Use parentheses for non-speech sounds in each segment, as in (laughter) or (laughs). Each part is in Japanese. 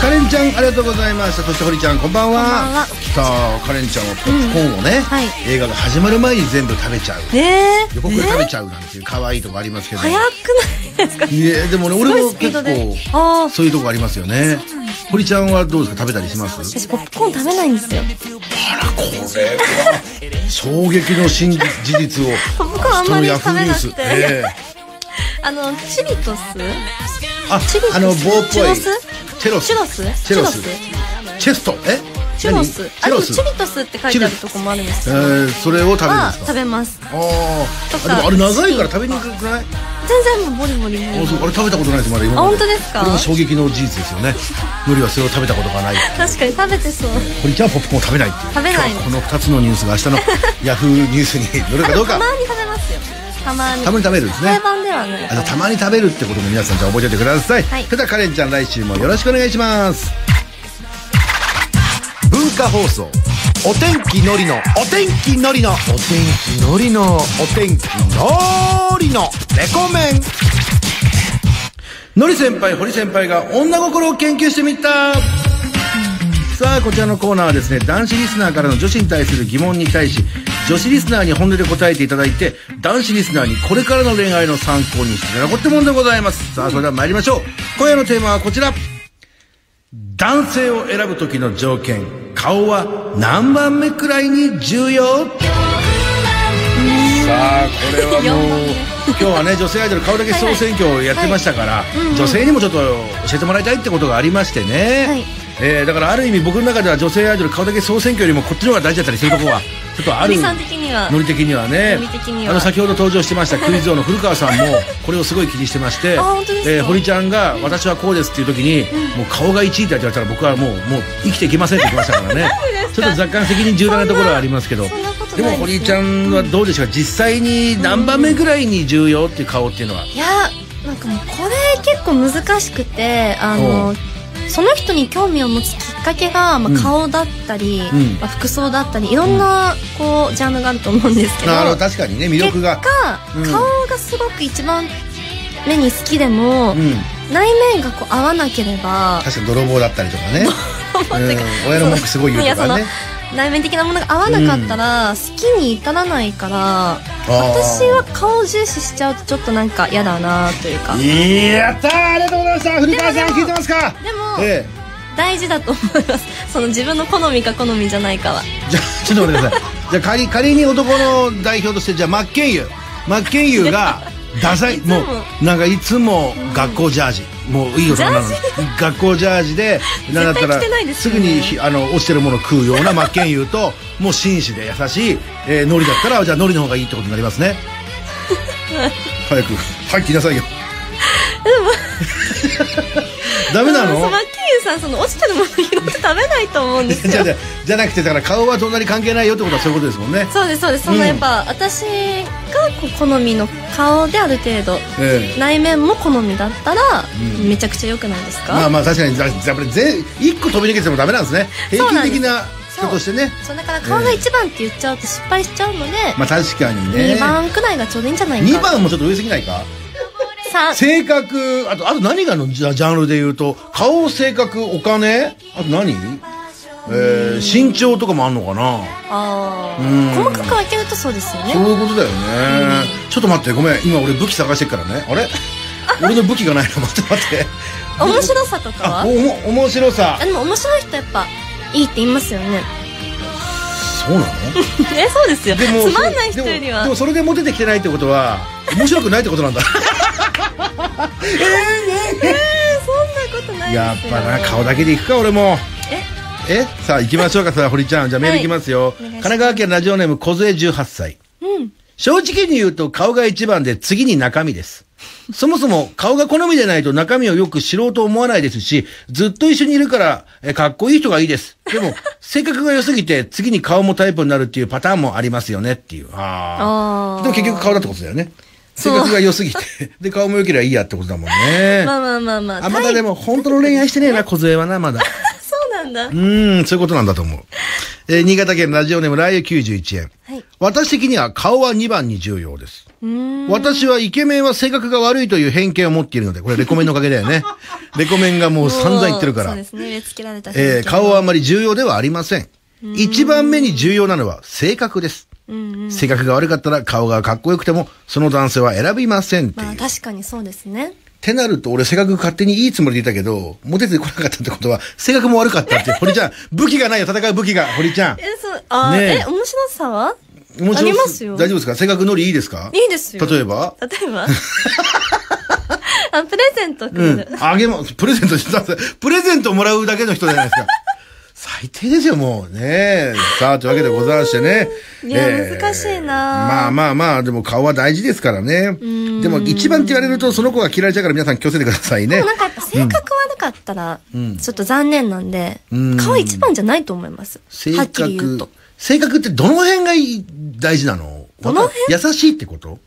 カレンちゃんありがとうございましたそして堀ちゃんこんばんはこんばんはさあカレンちゃんはポップコーンをね、はい映画が始まる前に全部食べちゃうえー、予告で食べちゃうなんていう可愛いとこありますけど早くないですかいやでもね俺もすごいスピー結ドであ構ーそういうとこありますよね堀ちゃんはどうですか食べたりします私ポップコーン食べないんですよ衝撃の真事実 (laughs) をポップコーンあんまりヤフーニュース食べなくてええあのチビトスあチュロスあの棒っぽいチュロスチュロスチュロチュスチェストえチュロ何スチあュでもロチスュビトスって書いてあるとこもあるんですえよー、それを食べるんはですか食べますあーとあかでもあれ長いから食べにくくない全然もうモリモリモリあそうあれ食べたことないですまだ今まあ本当ですかこれも衝撃の事実ですよねのりはそれを食べたことがない確かに食べてそう堀ちゃんはポップコーン食べないっていう食べない今日はこの2つのニュースが明日のヤフーニュースに乗るかどうたか (laughs) まに食べますよたまにたまに食べるんですね定番ではないあのたまに食べるってことも皆さんじゃあ覚えておいてください、はいそれではカレンちゃん来週もよろしくお願いします文化放送お天気のりのお天気のりのお天気のりのお天気のりのレコメンのり先輩堀先輩が女心を研究してみたさあこちらのコーナーはですね男子リスナーからの女子に対する疑問に対し女子リスナーに本音で答えていただいて男子リスナーにこれからの恋愛の参考にしていただこうってもんでございますさあそれでは参りましょう今夜のテーマはこちら男性を選ぶ時の条件顔は何番目くらいに重要さあこれはもう今日はね女性アイドル顔だけ総選挙をやってましたから、女性にもちょっと教えてもらいたいってことがありましてね、はいえーだからある意味僕の中では女性アイドル顔だけ総選挙よりもこっちの方が大事だったりするところはちょっとある森さん的には (laughs) ノリ的にはねノリ的にはあの先ほど登場して (laughs) ましたクイズ王の古川さんもこれをすごい気にしてましてあ本当ですかえー堀ちゃんが「私はこうです」っていう時に、もう顔が1位だって言われたら僕はもうもう生きていけませんって言ってました (laughs) からねちょっと若干責任重大なところはありますけどそんなことないでですも堀ちゃんはどうでしょうか実際に何番目ぐらいに重要っていう顔っていうのはいやなんかもうこれ結構難しくてあおうのその人に興味を持つきっかけが、まあ、うん顔だったり、うんまあ、服装だったりいろんなこうジャンルがあると思うんですけどなるほど確かにね魅力が結果、うん顔がすごく一番目に好きでも、うん内面がこう合わなければ確かに泥棒だったりとか (laughs) ねうん親の文句すごい言うとかいねやその内面的なものが合わなかったら好きに至らないから、ー私は顔を重視しちゃうとちょっとなんか嫌だなというかでやったーありがとうございました古川さん聞いてますかも、ええ大事だと思います (laughs) その自分の好みか好みじゃないかはじゃあちょっと待ってくださいじゃあ仮仮に男の代表としてじゃあマッケンユーマッケンユーがダサいつももうなんかいつも学校ジャージ、もういい大人なのにジャ学校ジャージでなんだったら着てないですすよぐねにひあの落ちてるもの食うような (laughs) マッケンユーともう紳士で優しい、えー、ノリだったらじゃあノリの方がいいってことになります (laughs) ね早く入ってきなさいよダメなのそマッキーユさんその落ちてるもの拾って食べないと思うんで (laughs) すじゃあよじゃあじゃなくてだから顔はそんなに関係ないよってことはそういうことですもんねそうですそうですそのやっぱ、私がこう好みの顔である程度ええ内面も好みだったら、うんめちゃくちゃ良くないですか、まあまあ確かにだやっぱり全一個飛び抜けてもダメなんですね平均的な人そうなんとでしすてねそうだから顔が一番って言っちゃうと失敗しちゃうので、まあ確かに二ね番くらいがちょうどいいんじゃないか2番もちょっと上すぎないか三性格あとあと何がのジャジャンルで言うと顔性格お金あと何えー、身長とかもあんのかなああうん細かく分けるとそうですよそうねいうことだよね、ちょっと待ってごめん今俺武器探してっからねあ (laughs) れ俺の武器がないの待って待って面白さとかあはおも面白さあでも面白い人やっぱいいって言いますよねそうなの (laughs) えそうですよでもつまんない人よりでもはでもそれでモテてきてないってことは面白くないってことなんだえそんなことないやっですよぱな顔だけでいくか俺もええさあ行きましょうかさあ堀ちゃんじゃあメールいきますよ、お願いします神奈川県ラジオネーム小杖18歳うん正直に言うと顔が一番で次に中身です。そもそも顔が好みでないと中身をよく知ろうと思わないですし、ずっと一緒にいるから、えかっこいい人がいいです。でも、 (laughs) 性格が良すぎて次に顔もタイプになるっていうパターンもありますよねっていう。ああ。あーでも結局顔だってことだよね。性そう格が良すぎて。で、顔も良ければいいやってことだもんね。まあまあまあまああ、まだタイでも本当の恋愛してねえな、小杖はな、ま (laughs) だ。そうな (laughs) んだうーん、そういうことなんだと思う。えー新潟県ラジオネームラー油91円。はい私的には顔は2番に重要です。うーん私はイケメンは性格が悪いという偏見を持っているので、これレコメンのおかげだよ (laughs) ね。レコメンがもう散々言ってるかそらうで。すね。植え付けられた偏見えー顔はあんまり重要ではありません。一番目に重要なのは性格です。性格が悪かったら顔がかっこよくても、その男性は選びませんっていう。まあ確かにそうですね。ってなると、俺性格勝手にいいつもりでいたけど、モテてこなかったってことは、性格も悪かった (laughs) って。堀ちゃん、武器がないよ、戦う武器が、堀ちゃんえ。、そう、あー、ねええ、面白さは面白いありますよ。大丈夫ですか性格ノリいいですかいいですよ。例えば (laughs) 例えばあ、プレゼントくれる。あげも、プレゼントしたんですプレゼントもらうだけの人じゃないですか。 (laughs) 最低ですよ、もうね。さあ、というわけでございましてね。うんいや難しいなまあまあまあ、でも顔は大事ですからね。でも一番って言われると、その子が嫌いちゃうから皆さん気をつけてくださいねでも。なんかやっぱ性格悪かったら、ちょっと残念なんで、ん顔一番じゃないと思います。性はっきり言格うと。、性格ってどの辺がいい大事なのどの辺優しいってこと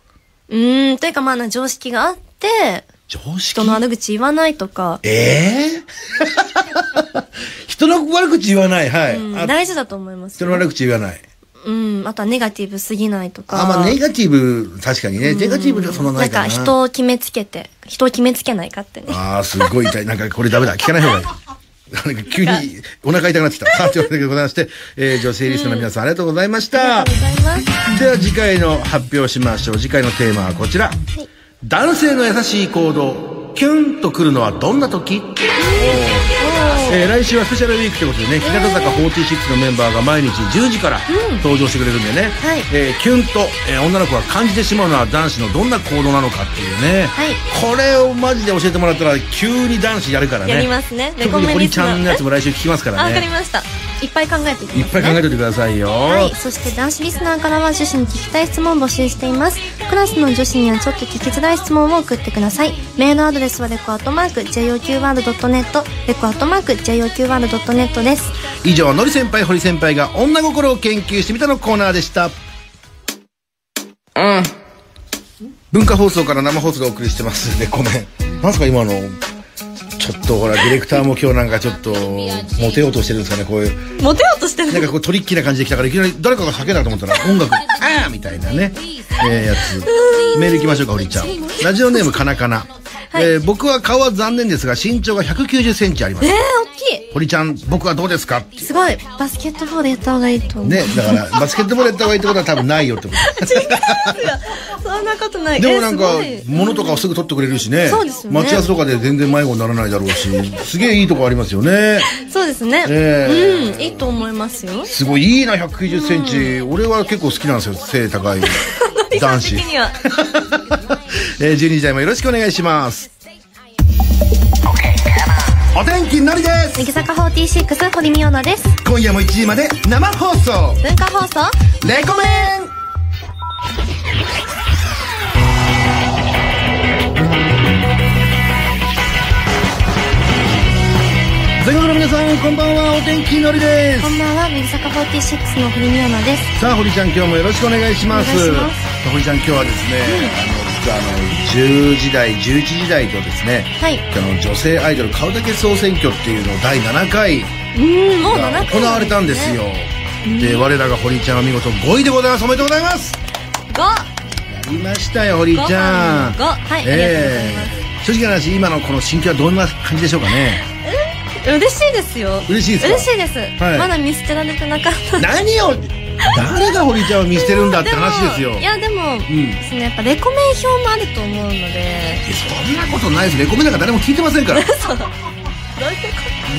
うーん、というかまあな常識があって、常識人の悪口言わないとか、ええ (laughs) 人の悪口言わない。はい。うんあ大事だと思います人よ。の悪口言わない。うん、あとはネガティブすぎないとか。あ、まあ、ネガティブ、確かにね。ネガティブではそんなないかな。んか人を決めつけて、人を決めつけないかってね。ああ、すごい痛い。なんかこれダメだ。聞かない方がいい。なんか急にお腹痛くなってきた。 (laughs) さあ、というわけでございまして、えー女性リストの皆さんありがとうございました。ありがとうございます。では次回の発表しましょう。次回のテーマはこちら。男性の優しい行動、キュンとくるのはどんな時えー来週はスペシャルウィークということでね、日向坂46のメンバーが毎日10時から登場してくれるんでね、はいえーキュンと、えー女の子が感じてしまうのは男子のどんな行動なのかっていうね、はいこれをマジで教えてもらったら急に男子やるからね。やりますねレ特コにメン堀リスちナーゃんのやつも来週聞きますか (laughs) あ、らわかりね。ました。いっぱい考えていきいまっすぱい考えね。ておいてくださいよ。はい、そして男子リスナーからは女子に聞きたい質問を募集していますクラスの女子にはちょっと聞きづらい質問を送ってくださいメールアドレスはレコアットマーク JOQR.net レコアットマーク JOQR.net です以上、のり先輩、堀先輩が女心を研究してみたのコーナーでした。文化放送から生放送でお送りしてますね、ごめん。なんすか今の、ちょっとほら、ディレクターも今日なんかちょっと、モテようとしてるんですかね、こういう。モテようとしてなんるかこうトリッキーな感じで来たからいきなり誰かが叫んだと思ったら音楽、 (laughs) あーみたいなね、えーやつ。メール行きましょうか、堀ちゃん。ラジオネームかなかな。えー僕は顔は残念ですが身長が190センチありまえー、す。大き堀ちゃん、僕はどうですかっていすごいバスケットボールやった方がいい (laughs) と思う、ね、だから、バスケットボールやった方がいいってことは多分ないよってこそんなことなと。いでもなんかえー、すごい物とかをすぐ取ってくれるしね。そうですよね待ち合わせとかで全然迷子にならないだろうし、すげえいいとこありますよね。そうですね、えうんいいと思いますよすごいいいな、190センチ。俺は結構好きなんですよ、背高い男子 (laughs) 的。には (laughs) えー、12時台もよろしくお願いします。お天気のりです乃木坂46堀美央奈です今夜も1時まで生放送文化放送レコメン全国の皆さんこんばんはお天気のりですこんばんは乃木坂46の堀美央奈ですさあ堀ちゃん今日もよろしくお願いしますお願いしますさあ堀ちゃん今日はですね、あの実はあの10時台11時台とですね、はいあの女性アイドル顔だけ総選挙っていうのを第7回うーんもうが7回行われたんですよで我らが堀ちゃんは見事5位でございますおめでとうございます5やりましたよ堀ちゃんごはいええ正直な話今のこの心境はどんな感じでしょうかね (laughs) 嬉しいですよ嬉しいですか嬉しいです、はいまだ見捨てられてなか (laughs) った何を誰が堀ちゃんを見捨てるんだって話ですよいやでも、んそのやっぱレコメン表もあると思うのでいやそんなことないですレコメなんか誰も聞いてません (laughs) からどういうこ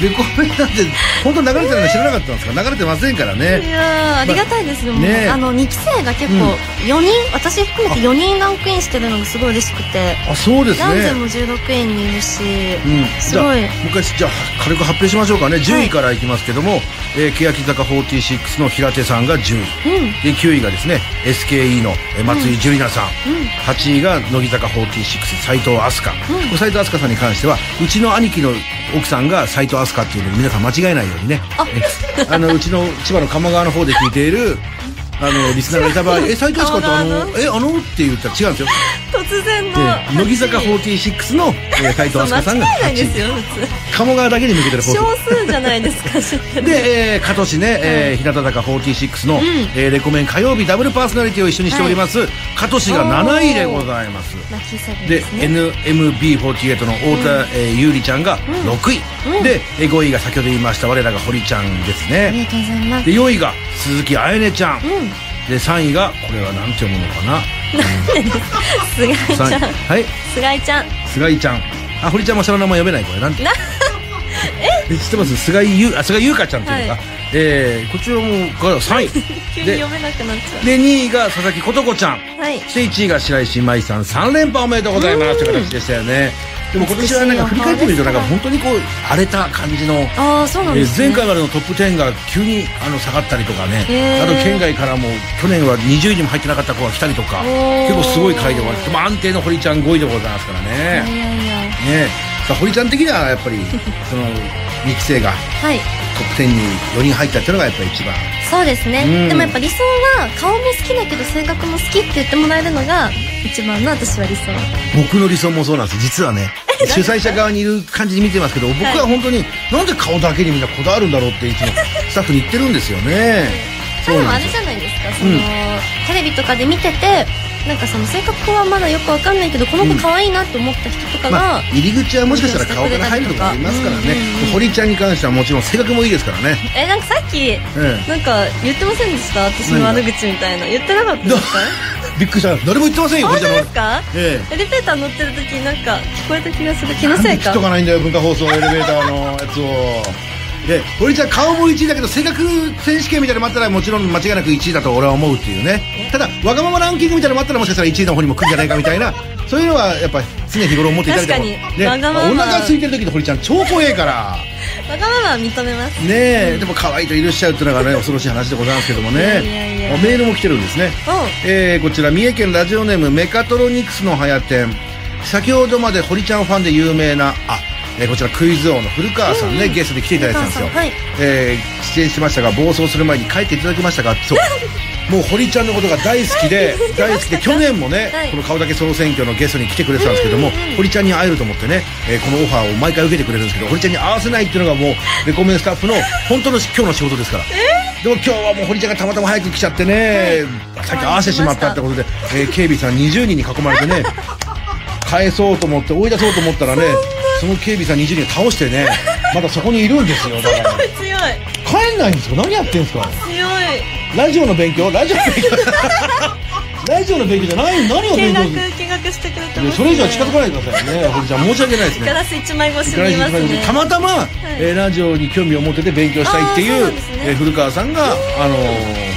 レコメンなんて本当流れてるの知らなかったんですか流れてませんからといねやーありがたいですよ、もうねえあの2期生が結構4人、私含めて4人ランクインしてるのがすごい嬉しくてあそうです男ね女も16位にいるし、うん、すじゃあごもうい一回じゃあ軽く発表しましょうかね10位からいきますけども、えー、欅坂46の平手さんが10位、うんで9位がですね SKE のえー松井樹里奈さん、8位が乃木坂46斎藤飛鳥、これ斎藤飛鳥さんに関してはうちの兄貴の奥さんが斎藤飛鳥っていうのを皆さん間違えないようにねああのうちの千葉の鴨川の方で聞いているあのリスナーがいた場 (laughs) 合「え斉藤敦子とああのあのえあの?」って言ったら違うんですよ突然ので乃木坂8 46のえー斉藤 (laughs) そ飛う鳥間さ違んいがない8です位よ普通鴨川だけに向けてる放送少数じゃないですか知ってるで、えー、加藤氏ね、えー、日向坂46の、えーレコメン火曜日ダブルパーソナリティを一緒にしております、加藤氏が7位でございますラッキーセブンでですね NMB48 の太田、えー優里ちゃんが6位、でえー5位が先ほど言いました我らが堀ちゃんですありね、がとうございますで4位が鈴木あ音ちゃん、うんで3位がこれは何て読むのかな菅井ち三位ゃんはい菅井ちゃん菅井ちゃんあ堀ちゃんも下の名前読めないこれなんてえ知ってます菅井優あ菅井優香ちゃんっていうのか、はいえーこちらもが3位急にで読めなくなっちゃで2位が佐々木琴子ちゃんうはいそして1位が白石麻衣さん3連覇おめでとうございますという形でしたよねでも今年はなんか振り返ってみるとなんか本当にこう荒れた感じの、ああそうなんえでーすね前回までのトップ10が急にあの下がったりとかねへーあと県外からも去年は20位にも入ってなかった子が来たりとかおー結構すごい回で終わっても安定の堀ちゃん5位でございますからいやねいやいやねさあ堀ちゃん的にはやっぱり (laughs) その2期生がはいトップ10に4人入ったっていうのがやっぱり一番そうですね、うんでもやっぱ理想は顔も好きだけど性格も好きって言ってもらえるのが一番の私は理想僕の理想もそうなんです実は (laughs) ね主催者側にいる感じに見てますけど僕は本当になんで顔だけにみんなこだわるんだろうっていつもスタッフに言ってるんですよねあそうでもなあんれですよじゃないですかその、うんテレビとかで見ててなんかその性格はまだよくわかんないけどこの子可愛いなと思った人とかまが、あ、入り口はもしかしたら顔から入るとかありますからね、うんうん堀ちゃんに関してはもちろん性格もいいですからね、えなんかさっきえなんか言ってませんでした私の悪口みたいな言ってなかったですかえ、びっくりした誰も (laughs) 言ってませんよ本堀当ちゃんのですかええエレベーター乗ってる時なんか聞こえた気がする気のせいなんで聞かきとかないんだよ文化放送エレベーターのやつをで堀ちゃん顔も1位だけど性格選手権みたいなのもあったらもちろん間違いなく1位だと俺は思うっていうねただわがままランキングみたいなのもあったらもしかしたら1位の方にも来るんじゃないかみたいなそういうのはやっぱ常日頃思っていただいても確かにねわがままお腹空いてる時の堀ちゃん超怖えからわがままは認めますねえ、でも可愛いと許しちゃうっていうのがね恐ろしい話でございますけどもねいやいやいやメールも来てるんですねうえーこちら三重県ラジオネームメカトロニクスの早店先ほどまで堀ちゃんファンで有名なあ、えーこちらクイズ王の古川さんね、ゲストで来ていただいてたんですよ、古川さんはいえー出演しましたが暴走する前に帰っていただきましたが (laughs) そうもう堀ちゃんのことが大好きで大好きで去年もね、はいこの顔だけ総選挙のゲストに来てくれてたんですけども、堀ちゃんに会えると思ってね、えーこのオファーを毎回受けてくれるんですけど堀ちゃんに会わせないっていうのがもうレコメンスタッフの本当の今日の仕事ですからでも今日はもう堀ちゃんがたまたま早く来ちゃってね、さっき合わせてしまったってことで、えー警備さん20人に囲まれてね返そうと思って追い出そうと思ったらねその警備さん20人を倒してねまだそこにいるんですよだからん (laughs) 強い帰んないんですよ何やってんですか強いラジオの勉強ラジオの勉 (laughs) 強ラジオの勉強じゃない何を勉見強学する見学してくれていまやすそれ以上は近づかないでくださいね堀ちゃん申し訳ないですねガラス一枚越しガラにス一います枚越しねたまたま、えーラジオに興味を持ってて勉強したいっていあーそううなんですねえー古川さんが、あのー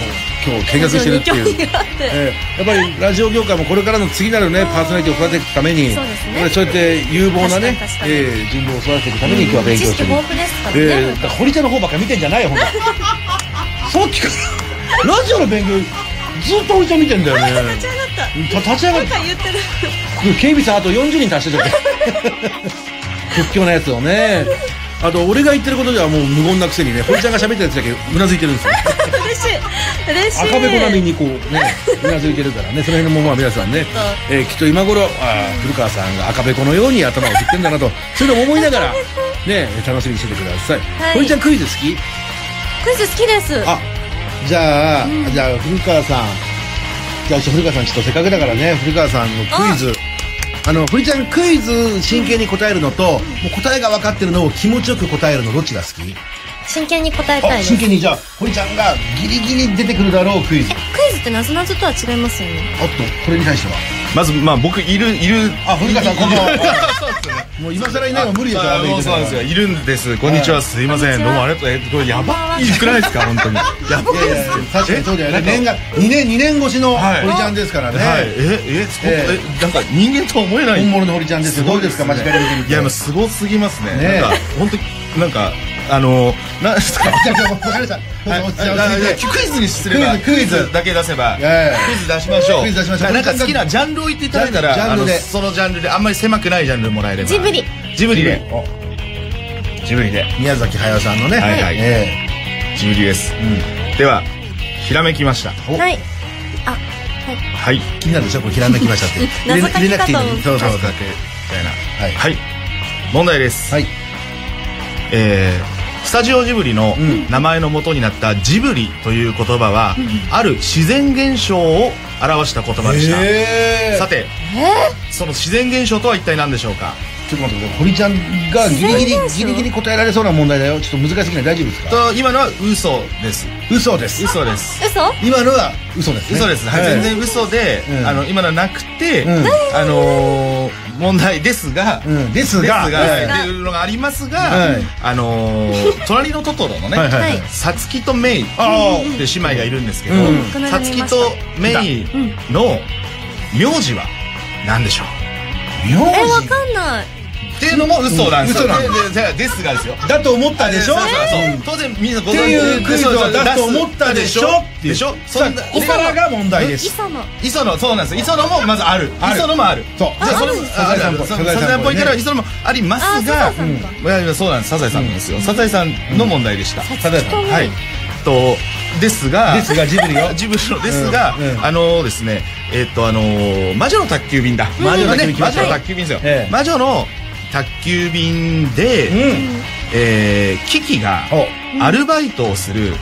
今日見学してるって非常いに興う味。があってえーやっぱりラジオ業界もこれからの次なるねパーソナリティを育てていくためにそうですねやっぱりそうやって有望なね確かに確かにえー人望を育てていくために今日は勉強してる知識豊富ですからねえーだから堀ちゃんの方ばっか見てんじゃないよほん (laughs) とさっきからラジオの勉強ずっと堀ちゃん見てんだよね (laughs) 立ち上がったた立ち上がなっんてか言ってる警備さんあと40人足してちゃって (laughs) 屈強なやつをねあと俺が言ってることではもう無言なくせにね堀ちゃんが喋ったやつだけうなずいてるんですよ嬉しい嬉しい赤べこ並みにこう (laughs) ねうなずいてるからねその辺もまあ皆さんね、えーきっと今頃あー古川さんが赤べこのように頭を振ってんだな (laughs) とそういうのを思いながらね楽しみにしててください、はい堀ちゃんクイズ好きクイズ好きですあじゃあ、じゃあ古川さんじゃあちょ古川さんちょっとせっかくだからね古川さんのクイズあの古ちゃんクイズ真剣に答えるのともう答えが分かってるのを気持ちよく答えるのどっちが好き真剣に答えたいあです真えク剣にじゃあ堀ちゃんがギリギリ出てくるだろうクイズイズってなぞなぞとは違いますよねおっとこれに対してはまず、まあ、僕いるいるあ古川さんこんばんは (laughs) そうですよねもう今更いないの無理でしょあ歩いもうてたそうらなんですよいるんですこんにちはすいませんどうもありがとうえこれやばいくないですか本当にやばいくやいないでやすか確かにそうだよねえ年が2年二年越しのはい堀ちゃんですからね、はいええそえええなんか人間とは思えない本物の堀ちゃんですすごいですか間近で見てみていやもうすごすぎますねねえなんか本当になんかあのなんですかじゃあじゃあわかりましたはい落ち着いてあ落ち着いてクイズにすれクばイズクイズだけ出せば、ええクイズ出しましょうクイズ出しましょうなんか好きなジャンルを言っていただいたらジャンルであのそのジャンルであんまり狭くないジャンルもらえればジブリジブリでおジブリで宮崎駿さんのね、はいはいえジブリです、ではひらめきましたおはいあはいはい気になるでしょこれひらめきましたって (laughs) 謎かけなくていいのかと思にうそうそう謎そかうけみたいなはいはい問題です、はいえースタジオジブリのん名前の元になったジブリという言葉は、ある自然現象を表した言葉でした、えさて、その自然現象とは一体何でしょうかちょっと待ってください堀ちゃんがギリギリギリギリ答えられそうな問題だよちょっと難しすぎない大丈夫ですかと今のは嘘です嘘です嘘です嘘今のは嘘ですね嘘です、はい、全然嘘で、うんあの今のはなくて、うんあのー問題ですが、うんですですがが、はいっていうのがありますが、はいあ (laughs) のー隣のトトロのね、はいはいはいサツキとメイっていう姉妹がいるんですけどうんこの、間サ見ツキましたとメイの名字は何でしょうえ名わ字かんないっていうのも嘘なんですよ、うん嘘なんでででですがですよだと思ったでしょそうそうそう当然みんなご存知っていうクイズを出すと思ったでしょっていうでしょそんなさあお皿が問題です磯野磯野そうなんです磯野もまずあるある磯野もあるそうじゃあそれもサザエさんっぽいあサザエさんっぽいねサザエさんっぽいから磯野もありますがあサザエさんかうんいやいやそうなんですサザエさんなんですよサザエさんの問題でしたただのはいとですがですがジブリよ (laughs) ジブリのですが、うんうんあのですねえっとあのー魔女の宅急便だ魔女の宅急便ね魔女の宅急便ですよ、ええ魔女の宅急便で、うんえーキキがおアルバイトをする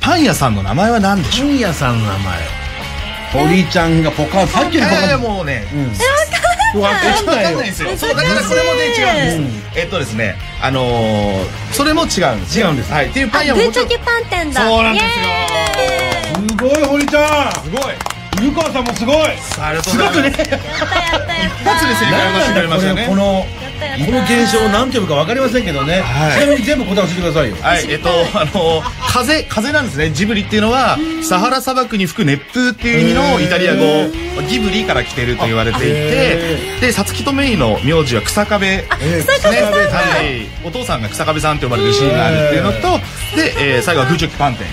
パン屋さんの名前は何でしょう本屋さんの名前堀ちゃんがポカンさっきいのポやいカやンもうねうんわかんわなかいんよないんですよそうだからこれもね違うんです、えっとですねあのーそれも違うんです違うんですはいっていうパあンぶ屋もーチもちろョんキパン店だそうなんですよイエーイすごい堀ちゃすごいん湯川さんもすごいありがとうすござごいますくねやったやったやっ一た発で正解を出してくれましたよねこのやったやったこの現象を何て呼ぶか分かりませんけどね、はちいなみに全部答え教えてくださいよはい、えっと、あの、風、風なんですね。ジブリっていうのは、サハラ砂漠に吹く熱風っていう意味のイタリアへ語、ギブリから来てると言われていへて、で、サツキとメイの名字は草壁。えー草壁さんだはい、お父さんが草壁さんと呼ばれてるシーンがあるっていうのと、で、えー最後はグーチョキパンテン。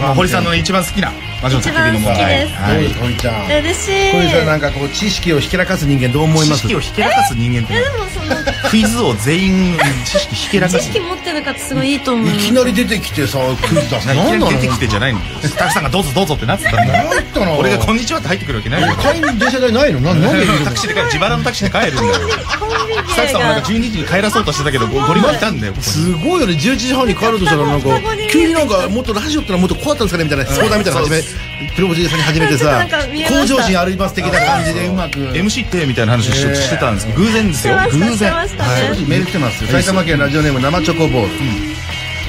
まあ堀さんの一番好きな魔女の叫びの問題。一番どうはでいす堀ちゃんこ嬉しいれさなんかこう知識をひけらかす人間どう思い知ます識をひけらかす人間ってえ、でもそのクイズを全員知識ひけらか知す。識持ってる方すごいいいと思ういきなり出てきてさクイズ出すなんか何いなきなのり出てきてじゃないの。スタッフさんがどうぞどうぞってなってたんだ。何だな俺が「こんにちは」って入ってくるわけないよ帰りに電車代ないのなんなんでいるのタクシーで帰る自腹のタクシーで帰るんだよコンビスタッフ芸さんもなんがか12時に帰らそうとしてたけどゴゴリゴリいたんだよここにすごいよね11時半に帰ろうとしたらなんか双子に見えてきた急になんかもっとラジオってのはもっとこうだったんですかねみたいな相談みたいなの始めそプロポジーさんに始めてさちょっとなんか見えま向した上心あります的な感じでうまく MC ってみたいな話をしえーしてたんですけど偶然ですよしてました偶して然ましたはい、メール来てますよ埼玉県ラジオネーム生チョコボール、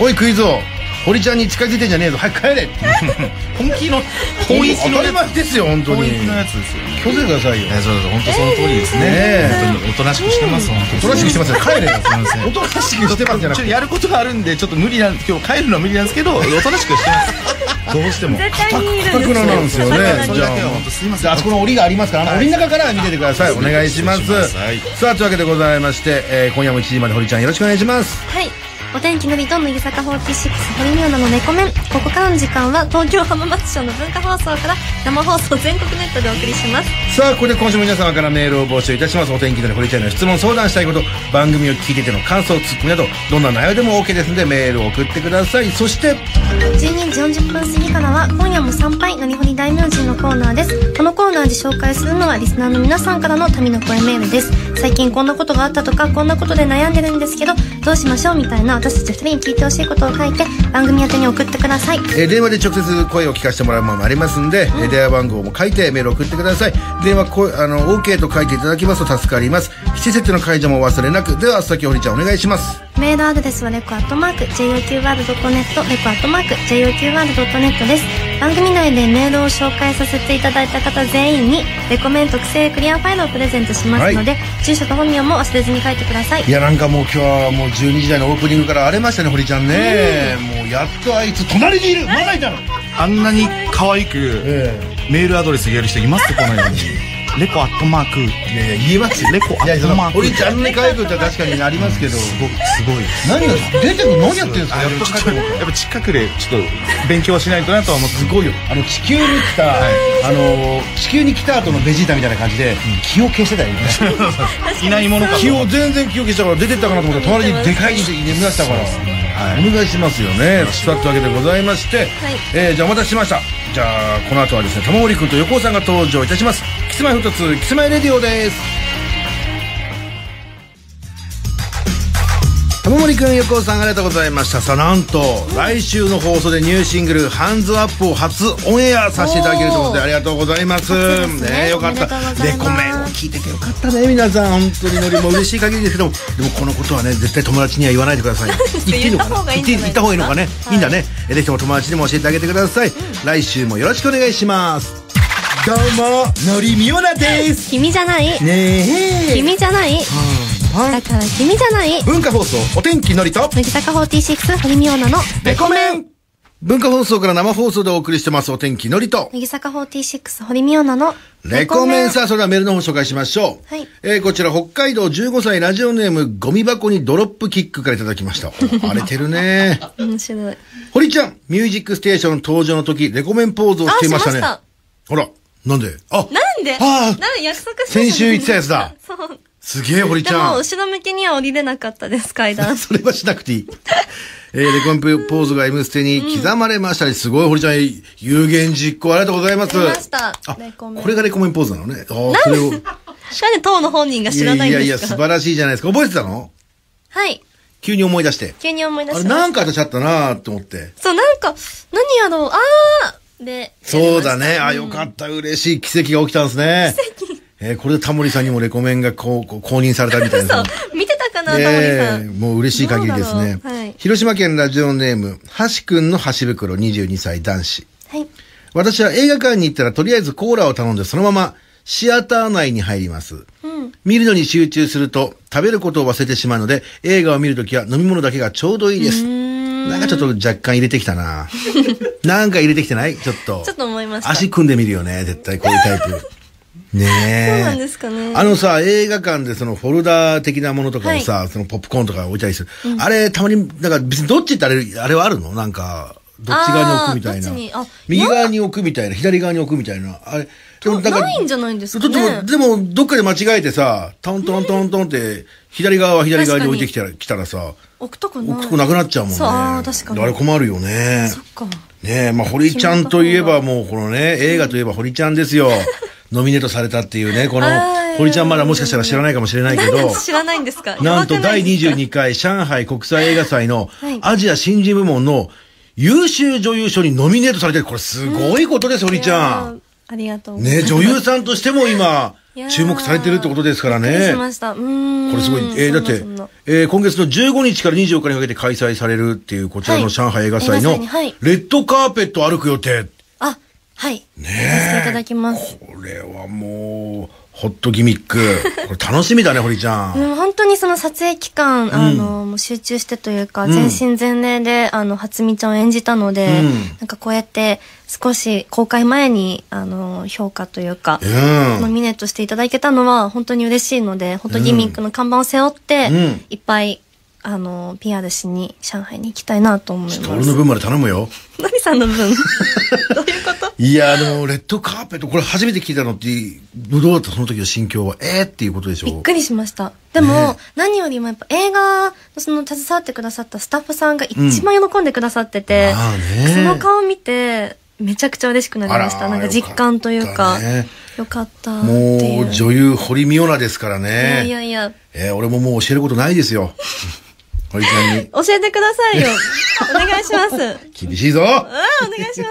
おいクイズ王堀ちゃんに近づいてんじゃねえぞ早く帰れって本気の本意気当のたりやつ前ですよ本当本に意気のやつですよ気をつけてくださいよいやそうそう本当その通りですえーね本当におとなしくしてます本当におとなしくしてますよ帰れよすいませんおとなしくしてますじゃなくちょってとやることがあるんでちょっと無理なん今日帰るのは無理なんですけどおとなしくしてますどうしても絶対にいるんですくななんですよねそれだけは本当すいませじんゃああそこの檻がありますからあの檻の中から見ててください、はいお願いしますお願いしますさあというわけでございまして、えー今夜も1時まで堀ちゃんよろしくお願いしますはいお天気のりと乃木坂46堀美央奈の猫面ここからの時間は東京浜松町の文化放送から生放送全国ネットでお送りしますさあここで今週も皆様からメールを募集いたしますお天気の堀ちゃんへの質問相談したいこと番組を聞いてての感想ツッコミなどどんな内容でも OK ですのでメールを送ってくださいそして12時40分過ぎからは今夜も参拝のりほり大名人のコーナーですこのコーナーで紹介するのはリスナーの皆さんからの民の声メールです最近こんなことがあったとかこんなことで悩んでるんですけどどうしましょうみたいな私たち2人に聞いてほしいことを書いて番組宛てに送ってくださいえー電話で直接声を聞かせてもらうものもありますんで、えー電話番号も書いてメールを送ってください電話こあの OK と書いていただきますと助かります七節の解除もお忘れなくでは先堀ちゃんお願いしますメールアドレスはレコアットマーク JOQR.net レコアットマーク JOQR.net です番組内でメールを紹介させていただいた方全員にレコメン特製クリアファイルをプレゼントしますので、住所と本名も忘れずに書いてくださいいやなんかもう今日はもう12時台のオープニングから荒れましたね堀ちゃんね、もうやっとあいつ隣にいるまだいたのあんなに可愛くえメールアドレス言える人いますこのように (laughs) レコアットマークえいやいや言えますよレコアいやッそトのマーク堀ちゃんに可愛くって確かにありますけどすごいすごいです何が出てくる何やってるんですかあやっぱちょっとやっぱ近くでちょっと勉強しないとなとは思ってすごいよあの地球に来た、あの地球に来た後のベジータみたいな感じで気を消してたよねいないものかと気を全然気を消したから出てったかなと思ったら隣にでかい人いらしたからはいお願いしますよねさあというわけでございまして、はいえーじゃあお待たせしましたじゃあこの後はですね玉森君と横尾さんが登場いたしますキスマイフットツーキスマイレディオです玉森くん横尾さんありがとうございましたさあなんと来週の放送でニューシングル「ハンズアップを初オンエアさせていただけるということでおーありがとうございます初ですねよかったおめでとうござレいコますメンを聞いててよかったね皆さん本当にノリも嬉しい限りですけどもでもこのことはね絶対友達には言わないでください言っていいのかな言っ言ってていいいいんじゃない言ですかった方がいいのかね、はいい、いんだねえぜひとも友達にも教えてあげてください、来週もよろしくお願いしますどうものりみおなです君じゃないねえ君じゃないパンだから君じゃない文化放送お天気のりと乃木坂46堀美央奈のレコメン文化放送から生放送でお送りしてますお天気のりと乃木坂46堀美央奈のレコメンさあ、それではメールの方紹介しましょう。はいえーこちら、北海道15歳ラジオネーム、ゴミ箱にドロップキックからいただきました。荒れてる (laughs) ね。面白い堀ちゃん、ミュージックステーション登場の時、レコメンポーズをしていましたね。あしましたほら、なんであなんでああなんで約束してたのに先週言ってたやつだ。そうすげえ、堀ちでゃもん。後ろ向きには降りれなかったです階 (laughs) 段それはしなくていい。えーレコメンポーズが M ステに刻まれましたり、すごい、堀ちゃん、有言実行ありがとうございます。ありましたあレコこメンれがレコメンポーズなのね。あーそれを。なんで当の本人が知らないんやいやいでや、す素か晴らしいじゃないですか。覚えてたのはい急に思い出して。急に思い出しあまれ、したなんか当たっちゃったなと思って。そうなんか何やろうあーでそうだね。あ、よかった。嬉しい奇跡が起きたんですね。奇跡。えーこれでタモリさんにもレコメンがこう、こう公認されたみたいそなう。見てたかな、タモリえさえん。もう嬉しい限りですどうだねろ。うはい。広島県ラジオネーム、はしくんの箸袋22歳男子。はい。私は映画館に行ったらとりあえずコーラを頼んでそのままシアター内に入ります。見るのに集中すると食べることを忘れてしまうので映画を見るときは飲み物だけがちょうどいいです。なんかちょっと若干入れてきた (laughs) ななんか入れてきてないちょっと。ちょっと思いました足組んでみるよね、絶対こういうタイプ。ねえ。 (laughs) そうなんですかねあのさ、映画館でそのフォルダー的なものとかをさ、そのポップコーンとか置いたりする。あれ、たまに、なんか別にどっちってあれ、あれはあるのなんか、どっち側に置くみたいあーどっちになあ。右側に置くみたいな、左側に置くみたいな。あれ、でもないんじゃないんですかねちょっとでも、でもどっかで間違えてさ、トントントントンって、左側は左側に置いてきたら、来たらさ、置くとこない。置くとこなくなっちゃうもんね。そう、あー確かに。あれ困るよね。そっか。ねえ、まあ、堀ちゃんといえ (laughs) ばもう、このね、映画といえば堀ちゃんですよ。ノミネートされたっていうね、このは、い堀ちゃんまだもしかしたら知らないかもしれないけなん (laughs) どで、知らないんですかなんとやばく第いですか22回上海国際映画祭のいアジア新人部門の優秀女優賞にノミネートされてる。これすごいことです、堀ちゃいやんー。ありがとうございねます。女優さんとしても今いや、ー注目されてるってことですからびっくりねし。ました。うーん。これすごい。えーだそんなってそんな、えー今月の15日から24日にかけて開催されるっていう、こちらはのい上海映画祭映画祭のにはい、レッドカーペット歩く予定。あ、はい。ねさせていただきます。これはもう、ホットギミック。これ楽しみだね、堀ちゃ。うんん本当にその撮影期間、あの、もう集中してというか、全身全霊で、あの、初見ちゃんを演じたので、んなんかこうやって、少し公開前に、あの、評価というか、うんノミネートしていただけたのは、本当に嬉しいので、本当ギミックの看板を背負って、うんいっぱい、あの、PR しに、上海に行きたいなと思いま俺のす。分まで頼むよ。のりさんの分 (laughs) どういうこといや、でも、レッドカーペット、これ初めて聞いたのって、どうだったその時の心境は。えー、っていうことでしびっょくりしました。でも、ね何よりもやっぱ映画のその携わってくださったスタッフさんが一番喜んでくださってて、まあねその顔見て、めちゃくちゃ嬉しくなりましあた。らーなんか実感というか、よかった,、っていう。もう、女優、堀美央奈ですからいやいやね。いや、えー、俺ももう教えることないですよ。 (laughs) 堀ちゃんに。教えてくださいよ。お願いし (laughs) ます。うん、厳しい (laughs) ぞお願いしま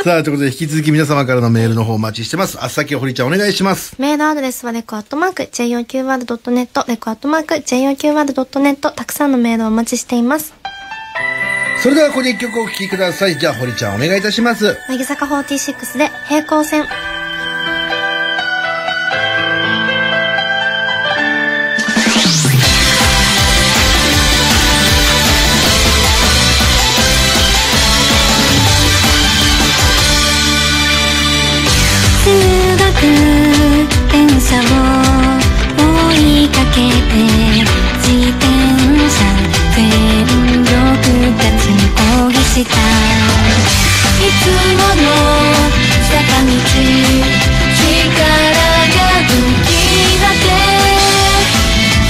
す。さあ、ということで、引き続き皆様からのメールの方お待ちしてます。あっさき堀ちゃんお願いします。メールアドレスはレコアットマーク、JOQR.net、レコアットマーク、JOQR.net、たくさんのメールをお待ちしています。それでは、ここで一曲お聴きください。じゃあ、堀ちゃんお願いいたします。乃木坂46で平行線。数学電車を追いかけて自転車全力立ちこぎしたいつもの坂道力が吹き出て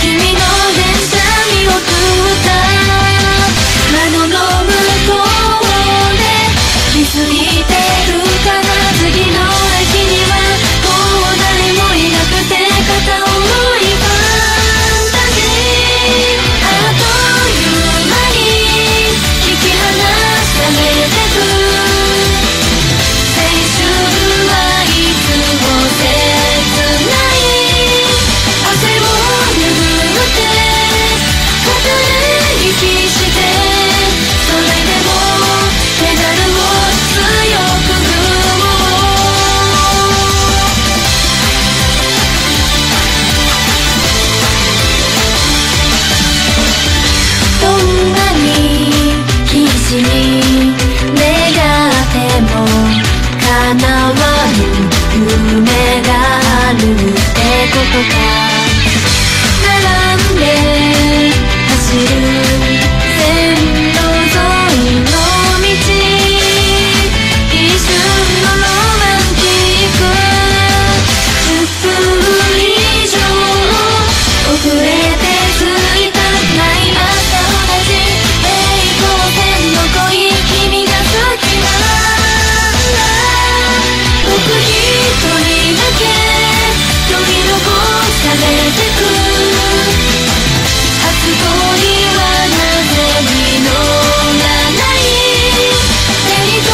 君の電車に送った窓ことか並んで走る線路沿いの道一瞬のロマンティック10分以上遅れて着いたない朝同じ平行線の恋君が好きなんだ僕一人だけ取り残されてく初恋はなぜ実らない手に届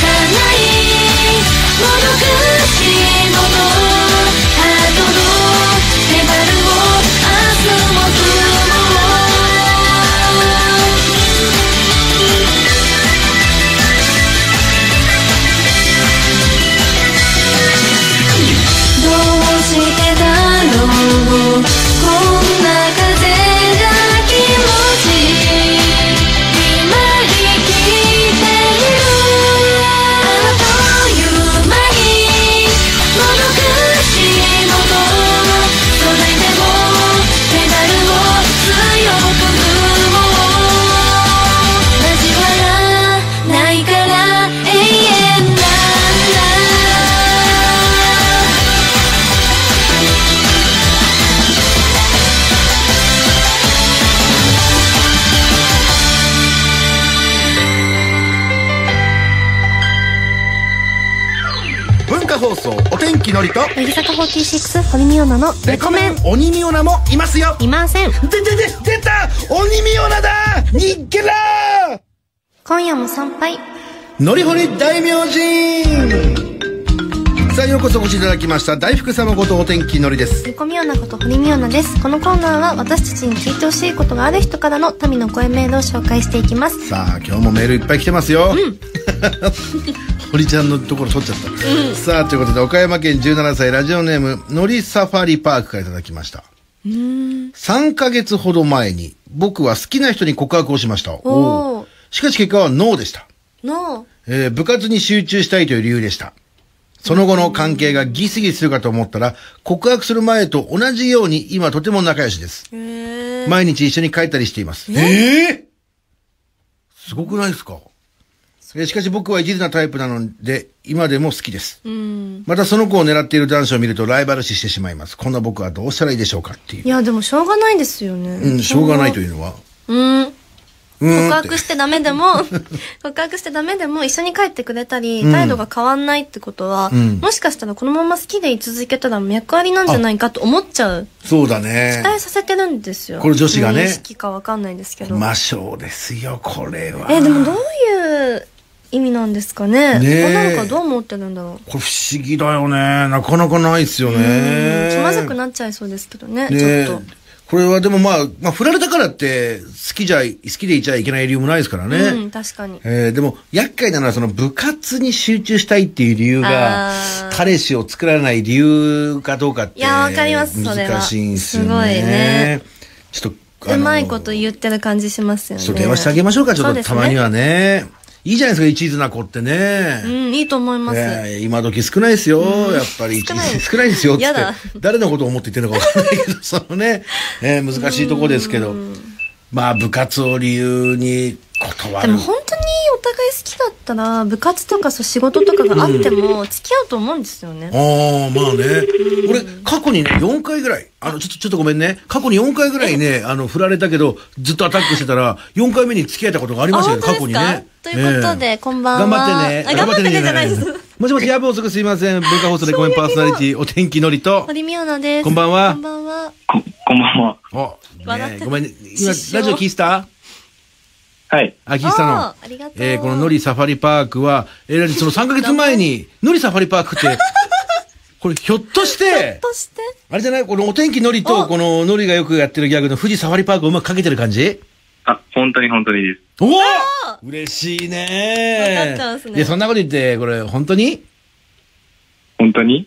かないもどかしいものハートのメバルを明日も雲をどうしてだろうこんな風が気持ちいい今生きているあっという間にもどかしいものそれでもペダルを強く踏もう交わらないから永遠なんだ文化放送お天気のりと乃木坂46堀美央奈のレコメン鬼ミオナもいますよいませんででで出た鬼ミオナだにっけらー今夜も参拝のりほり大名人さあようこそお越しいただきました大福様ことお天気のりですニコミオナこと堀美央奈ですこのコーナーは私たちに聞いてほしいことがある人からの民の声メールを紹介していきますさあ今日もメールいっぱい来てますよ、堀ちゃんのところ取っちゃった、さあということで岡山県17歳ラジオネームのりサファリパークからいただきました3ヶ月ほど前に僕は好きな人に告白をしましたおーしかし結果はノーでしたのえー部活に集中したいという理由でした。その後の関係がギスギスするかと思ったら、告白する前と同じように今とても仲良しです。毎日一緒に帰ったりしています。えすごくないですかえーしかし僕は一途なタイプなので、今でも好きです。またその子を狙っている男子を見るとライバル視してしまいます。こんな僕はどうしたらいいでしょうかっていうい。やでもしょうがないですよねうん、しょうがないというのは。うんうーん告って。白してダメでも、 (laughs) 告白してダメでも一緒に帰ってくれたり、態度が変わんないってことは、んもしかしたらこのまま好きで居続けたら脈ありなんじゃないかと思っちゃう。そうだね期。待させてるんですよ。これ女子がね意識かわかんないんですけど。魔性ですよ、これは。え、でもどういう意味なんですかねねえ女の子はどう思ってるんだろこれ不思議だよね。なかなかないっすよう。うねん。気まずくなっちゃいそうですけどね、ねちょっと。これはでもまあ、まあ、振られたからって、好きじゃ、好きでいちゃいけない理由もないですからね。うん、確かに。えーでも、厄介なのはその部活に集中したいっていう理由があ、ー彼氏を作らない理由かどうかって。いやわかりますそれは難しいんですよね。すごいね。ちょっと、あうのまいこと言ってる感じしますよね。ちょっと電話してあげましょうか、ちょそうっでとすたまにね。はね。いいじゃないですか、一途な子ってね。うん、いいと思います。ええ今時少ないですよ、やっぱり。少ない少ないですよ、つってやだ。誰のことを思って言ってるのかわかんないけど、そのね、えー難しいとこですけど、まあ、部活を理由に断でるも。本当にお互い好きだったら部活とかそう仕事とかがあっても付き合うと思うんですよね。ああ、まあね。俺、過去にね、4回ぐらい、あの、ちょっと、ちょっとごめんね。過去に4回ぐらいね、あの、振られたけど、ずっとアタックしてたら、4回目に付き合えたことがありましたよ、あ過本去に当ですかね。ということでこんばんは頑張ってね。あ頑張ってねじゃないですもしもし、夜分遅くすいません。文化放送で (laughs) コメンパーソナリティ、お天気のりと。堀美央奈です。こんばんはこんばんは。こ、こんばんは。お、笑っねて、るごめん、ね、今、ラ失笑ジオ聞いてたはい。あ、聞いてたの。あーありがとうえーこのノリサファリパークは、えー、その3ヶ月前 (laughs) に、ノリサファリパークって、これひょっとして、としてあれじゃないこのお天気ノリと、おこのノリがよくやってるギャグの富士サファリパークをうまくかけてる感じあ、本当に本当にです。おお嬉しいねわかってますねいや、そんなこと言って、これ、本当に本当に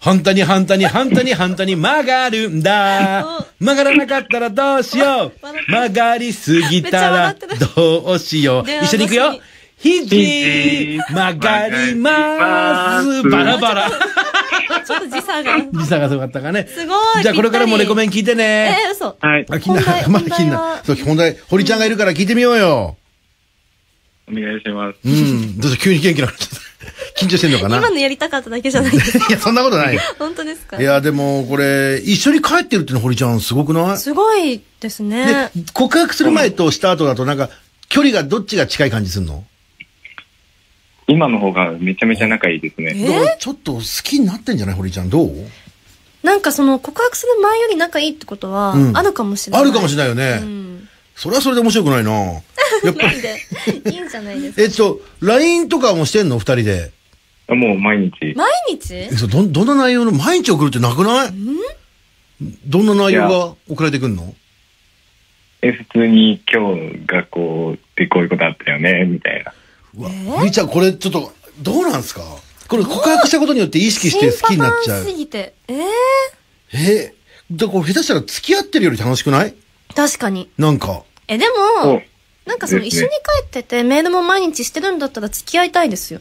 本当に本当に本当に本当に曲がるんだ。曲がらなかったらどうしよう。曲がりすぎたらどうしよう。電話一緒に行くよ越。肘曲がります。バラバラ。ちょっと時 (laughs) 差が。時差がすごかったかね。すごいじゃあこれからもレコメン聞いてえね。ー、嘘。はい。あ、気にな本題る。まだ気に本題なはる。そう、本題、堀ちゃんがいるから聞いてみようよ。お願いします。うん。どうぞ急に元気なくなっちゃった緊 (laughs) 張してんのかな今のやりたかっただけじゃない (laughs) です。いや、そんなことない。本当ですかいや、でも、これ、一緒に帰ってるっていうの、堀ちゃん、すごくないすごいですね。で、告白する前とした後だと、なんか、距離がどっちが近い感じするの今の方がめちゃめちゃ仲いいですね。えだからちょっと好きになってんじゃない堀ちゃん、どうなんかその告白する前より仲いいってことはうんあるかもしれない。あるかもしれないよれね。うん。それはそれで面白くないなやっぱなり。んで、いいんじゃないですか。えっと、LINE とかもしてんの二人で。もう毎日。毎日え、そう、どん、どんな内容の、毎日送るってなくないどんな内容が送られてくんのえ、普通に今日学校でこういうことあったよね、みたいな。うわ、堀ちゃん、これちょっと、どうなんすかこれ告白したことによって意識して好きになっちゃう新パターンす。ぎて。えええー、だからこれ下手したら付き合ってるより楽しくない確かに。なんか。え、でおも、なんかそので一す緒ねに帰っててメールも毎日してるんだったら付き合いたいですよ。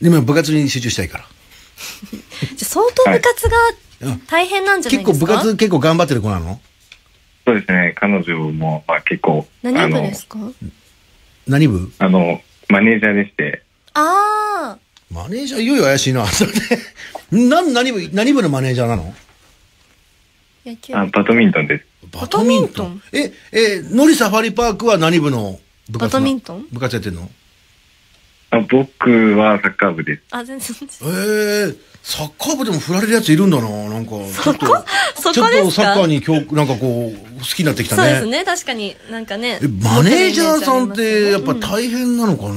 でも部活に集中したいから。じゃあ相当部活はがい大変なんじゃな結いで構す部か活結構頑張ってる子なのそうですね。彼女も、まあ結構、あ何部ので、すか何部あの、マネージャーでして、ああ、マネージャーいよいよ怪しいな。 (laughs) それで。なん、何部、何部のマネージャーなの野球部。あバドミントンです。バドミントンドミントンえ、え、ノリサファリパークは何部の部活なバドミントン部活やってんのあ僕はサッカー部です。あ、全然違えう。えサッカー部でも振られるやついるんだな。なんか、ちょっと、そこちょっですとかサッカーに今日、なんかこう、好きになってきたそうですね。ね。確かになんかねえ。マネージャーさんって、やっぱうん大変なのかね。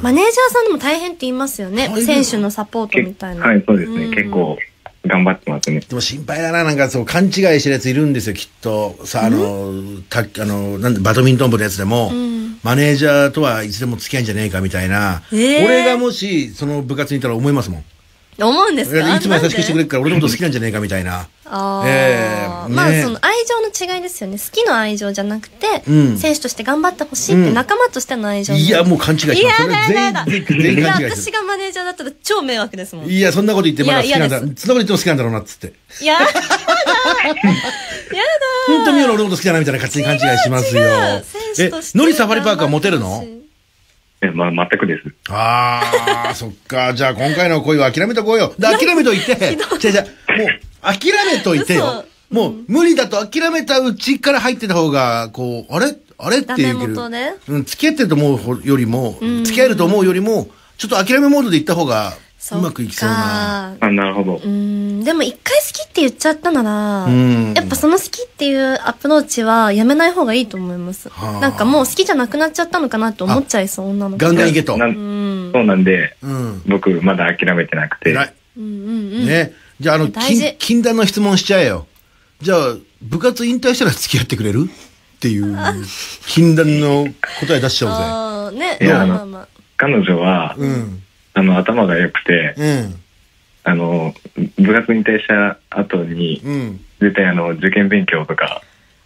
マネージャーさんでも大変って言いますよね大。変選手のサポートみけたいな。はい、そうですね。うん結。構、頑張ってますね。でも心配だな、なんかそう、勘違いしてるやついるんですよ、きっと。さあ、あの、た、あの、なんで、バドミントン部のやつでも、んマネージャーとはいつでも付き合いんじゃねえか、みたいな。えー俺がもし、その部活にいたら思いますもん。思うんです俺かいつも優しくしてくれなんでるから、俺のこと好きなんじゃねえか、みたいな。ああ、ええまあねその愛情の違いですよね。好きの愛情じゃなくて、うん選手として頑張ってほしいってうん仲間としての愛情。いや、もう勘違いしていやます。それだやだ全員、やだ全員勘違いして私がマネージャーだったら超迷惑ですもん。る。いいや、そんなこと言ってまだ好きなんだ。いそんなや嫌こと言っても好きなんだろうな、っつって。や、やだや本当に俺のこと好きじゃないみたいな勝手に勘違いしますよだ。選手えとし、て。ノリサファリパークはモテるのえまあ、全くです。ああ、そっか。じゃあ今回の恋は諦めとこうよ。で、諦めといて。じゃじゃもう、諦めといてよ。もう、無理だと諦めたうちから入ってた方が、こう、あれあれっていダメう元ねうん、付き合ってると思うほよりも、付き合えると思うよりも、ちょっと諦めモードで行った方が、うまくいきそうな。そっかあ、なるほどう。ーんでも一回好きって言っちゃったなら、うんやっぱその好きっていうアプローチはやめない方がいいと思います。はあなんかもう好きじゃなくなっちゃったのかなって思っちゃいそう、女の子。ガンガンいけと。なうんん。そうなんで、うん。僕、まだ諦めてなくて。偉い。うんうんうん。ね。じゃあ、あの、大事禁禁断の質問しちゃえよ。じゃあ、部活引退したら付き合ってくれるって (laughs) いう、禁断の答え出しちゃああ、ね。いやまあまあまあ。彼女は、おうぜ。うん。あの、頭が良くて、うん。あの、部活に退した後に、うん。絶対あの、受験勉強とか、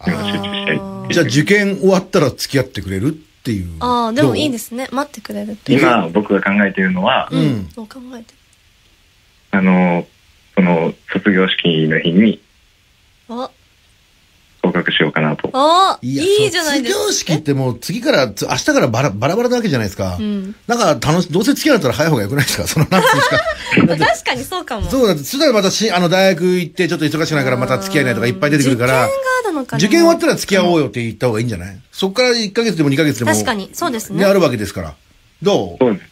にも集中したいあじゃあ、受験終わったら付き合ってくれるっていう。。ああ、でもいいですすね。待ってくれるって。今、僕が考えているのは、うんそう考えて。あの、その、卒業式の日にあ、合格しようかなと。あ、いいや、いじゃないですか。卒業式ってもう次から、つ明日からバラバラバラなわけじゃないですか。うんなんか楽し、どうせ付き合うんだったら早い方が良くないですかその、なんていうんですか。 (laughs) え確かにそうかも。そうだって、そしたらまたし、あの、大学行ってちょっと忙しくないからまた付き合えないとかいっぱい出てくるから。受験があるのかな受験終わったら付き合おうよって言った方がいいんじゃないそっから1ヶ月でも2ヶ月でも。確かにそうですねあるわけですから。どそうです。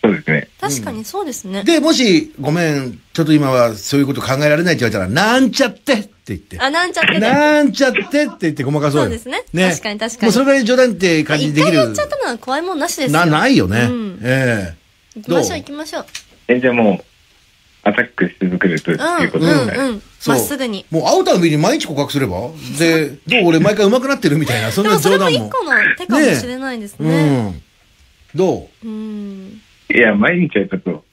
そうですね。確かにそうですねう。で、もし、ごめん、ちょっと今はそういうこと考えられないって言われたら、なんちゃってって言って。あ、なんちゃってね。なんちゃってって言ってごまかそうよ。そうですね確かに確かにもうそれぐらい冗談って感じに一でき回る。言っちゃったのは怖いもんなしですよ。な、ないよね。うんええ行きましょどうう行きましょう。え、じゃあもう、アタックし続けるとうん、いうことですね。うん、うん。そうまっすぐに。もう会うたびに毎日告白すればで、どう俺毎回上手くなってるみたいな、そんでなもそ冗れも談も。一個の手かもしれないですね。うん。どううん。いや、毎日はちょっと、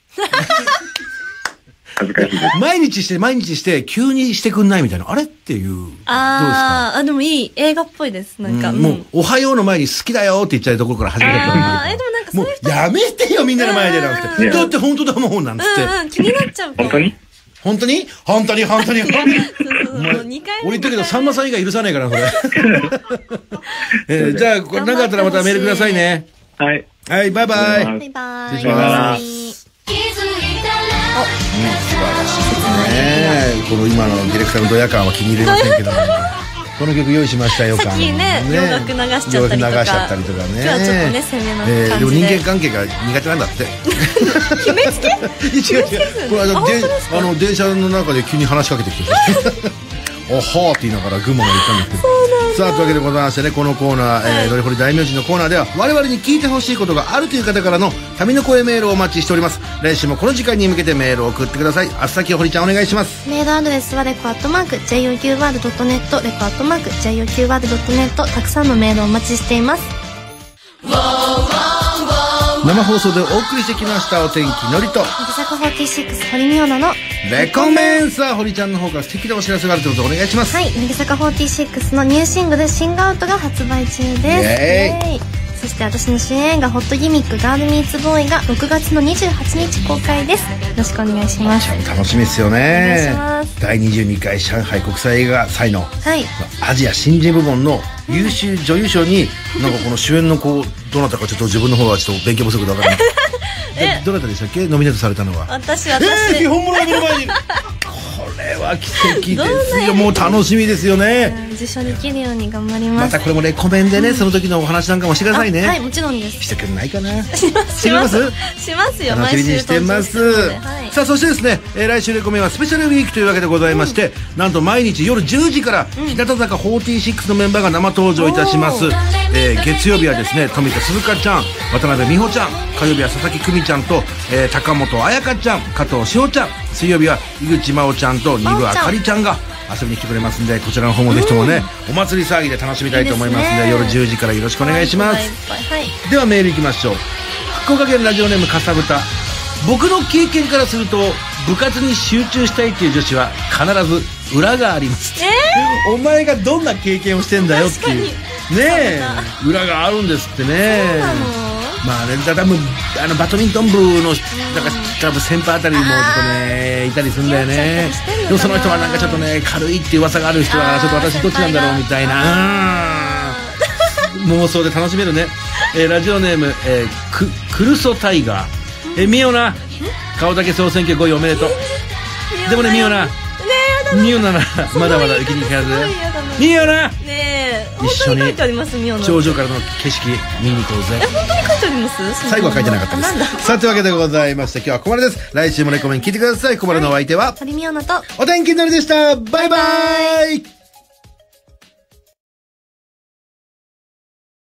恥ずかしいです。毎日して毎日して急にしてくんないみたいな、あれっていう。あー、あ、でもいい。映画っぽいです。どなうですんかか。うんもんう、おはようの前に好きだよって言っちゃうところから始めたと思うあー、え、でもなんかもうやめてよ、みんなの前でなんつっいて。やだって本当だもん、なんつっうんうて。ん、気になっちゃうから。本当に本当に本当に本当に本当に。そうそうそうお前もう二回目俺言ったけど、二さ回ん目まさん以外許さないからな、それ。えーじゃあ、これなかったらまたメールくださいね。はい。はい、バイバイ。ババイイバイ。失礼しますねえこの今のディレクターのドヤ感は気に入れませんけ (laughs) どこの曲用意しましたよさっきね感洋楽流しちゃったりとか洋楽流しちゃったりとかね今日はちょっとね攻めの感じでえーでも人間関係が苦手なんだって決 (laughs) めつけ違う違うこれあのあで本当ですあの電車の中で急に話しかけて (laughs) きておはーって言いながら群馬まで行ったんですけどさあというわけでございましてねこのコーナー、えーどれほり大名人のコーナーでは我々に聞いてほしいことがあるという方からの旅の声メールをお待ちしております来週もこの時間に向けてメールを送ってくださいあっさきほりちゃんお願いしますメールアドレスはレコアットマーク JOQR.net レコアットマーク JOQR.net たくさんのメールをお待ちしています生放送でお送りしてきましたお天気のりと乃木坂46堀美央奈のはレコメンさあ堀ちゃんの方から素敵なお知らせがあるということでお願いします、い乃木坂46のニューシングル「シングアウト」が発売中ですエイエーイそして私の主演映画「ホットギミックガールミーツボーイ」が6月の28日公開ですよろしくお願いします楽しみですよねお願いします第22回上海国際映画祭のはいアジア新人部門の優秀女優賞になんかこの主演の子どなたかちょっと自分の方はちょっと勉強不足だ (laughs) からないでどなたでしたっけノミネートされたのは私えー、基私、本物の目の前にこれは奇跡どんですな映よ画もう楽しみですよね、うん受賞できるように頑張りまますたこれもレコメンでね、その時のお話なんかもしてくだあさいね、はいもちろんですしてく (laughs) んないかなします知りますしますよ楽し毎みに週してます、登場るのではいさあそしてですね、えー来週レコメンはスペシャルウィークというわけでございまして、なんと毎日夜10時から日向坂46のメンバーが生登場いたしますおー、えー月曜日はですね富田鈴香ちゃん渡辺美穂ちゃん火曜日は佐々木久美ちゃんと、えー高本彩香ちゃん加藤志保ちゃん水曜日は井口真央ちゃんと丹生あかりちゃんが遊びに来てくれますんでこちらの方もぜひともね、お祭り騒ぎで楽しみたいと思いますんでいいですね夜10時からよろしくお願いします、はいはいはいではメールいきましょう福岡県ラジオネームかさぶた僕の経験からすると部活に集中したいっていう女子は必ず裏がありますお前がどんな経験をしてんだよっていうねえ裏があるんですってねまあね、だ多分あのバドミントン部のなんか多分先輩あたりもちょっとねいたりするんだよねでもその人はなんかちょっとね軽いっていう噂がある人はちょっと私どっちなんだろうみたいなうん妄想で楽しめるね、えーラジオネーム、えーくクルソタイガーえー、みよな顔だけ総選挙5位おめでとうでもねみよなみよならまだまだ受けに行かずすごい嫌だなみよなねえ本一緒当にに書いてありますミオの頂上からの景色見に行こうぜえ本当に書いてあります最後は書いてなかったであなんだすさあというわけでございまして今日はここまでです来週もレコメン聞いてくださいここまでのお相手は鳥ミオナとお天気のりでしたバイバイ